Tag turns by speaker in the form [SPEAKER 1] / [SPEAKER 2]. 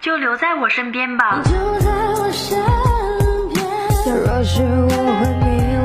[SPEAKER 1] 就留在我身边吧。
[SPEAKER 2] 就在我身边。
[SPEAKER 3] 假若是我会迷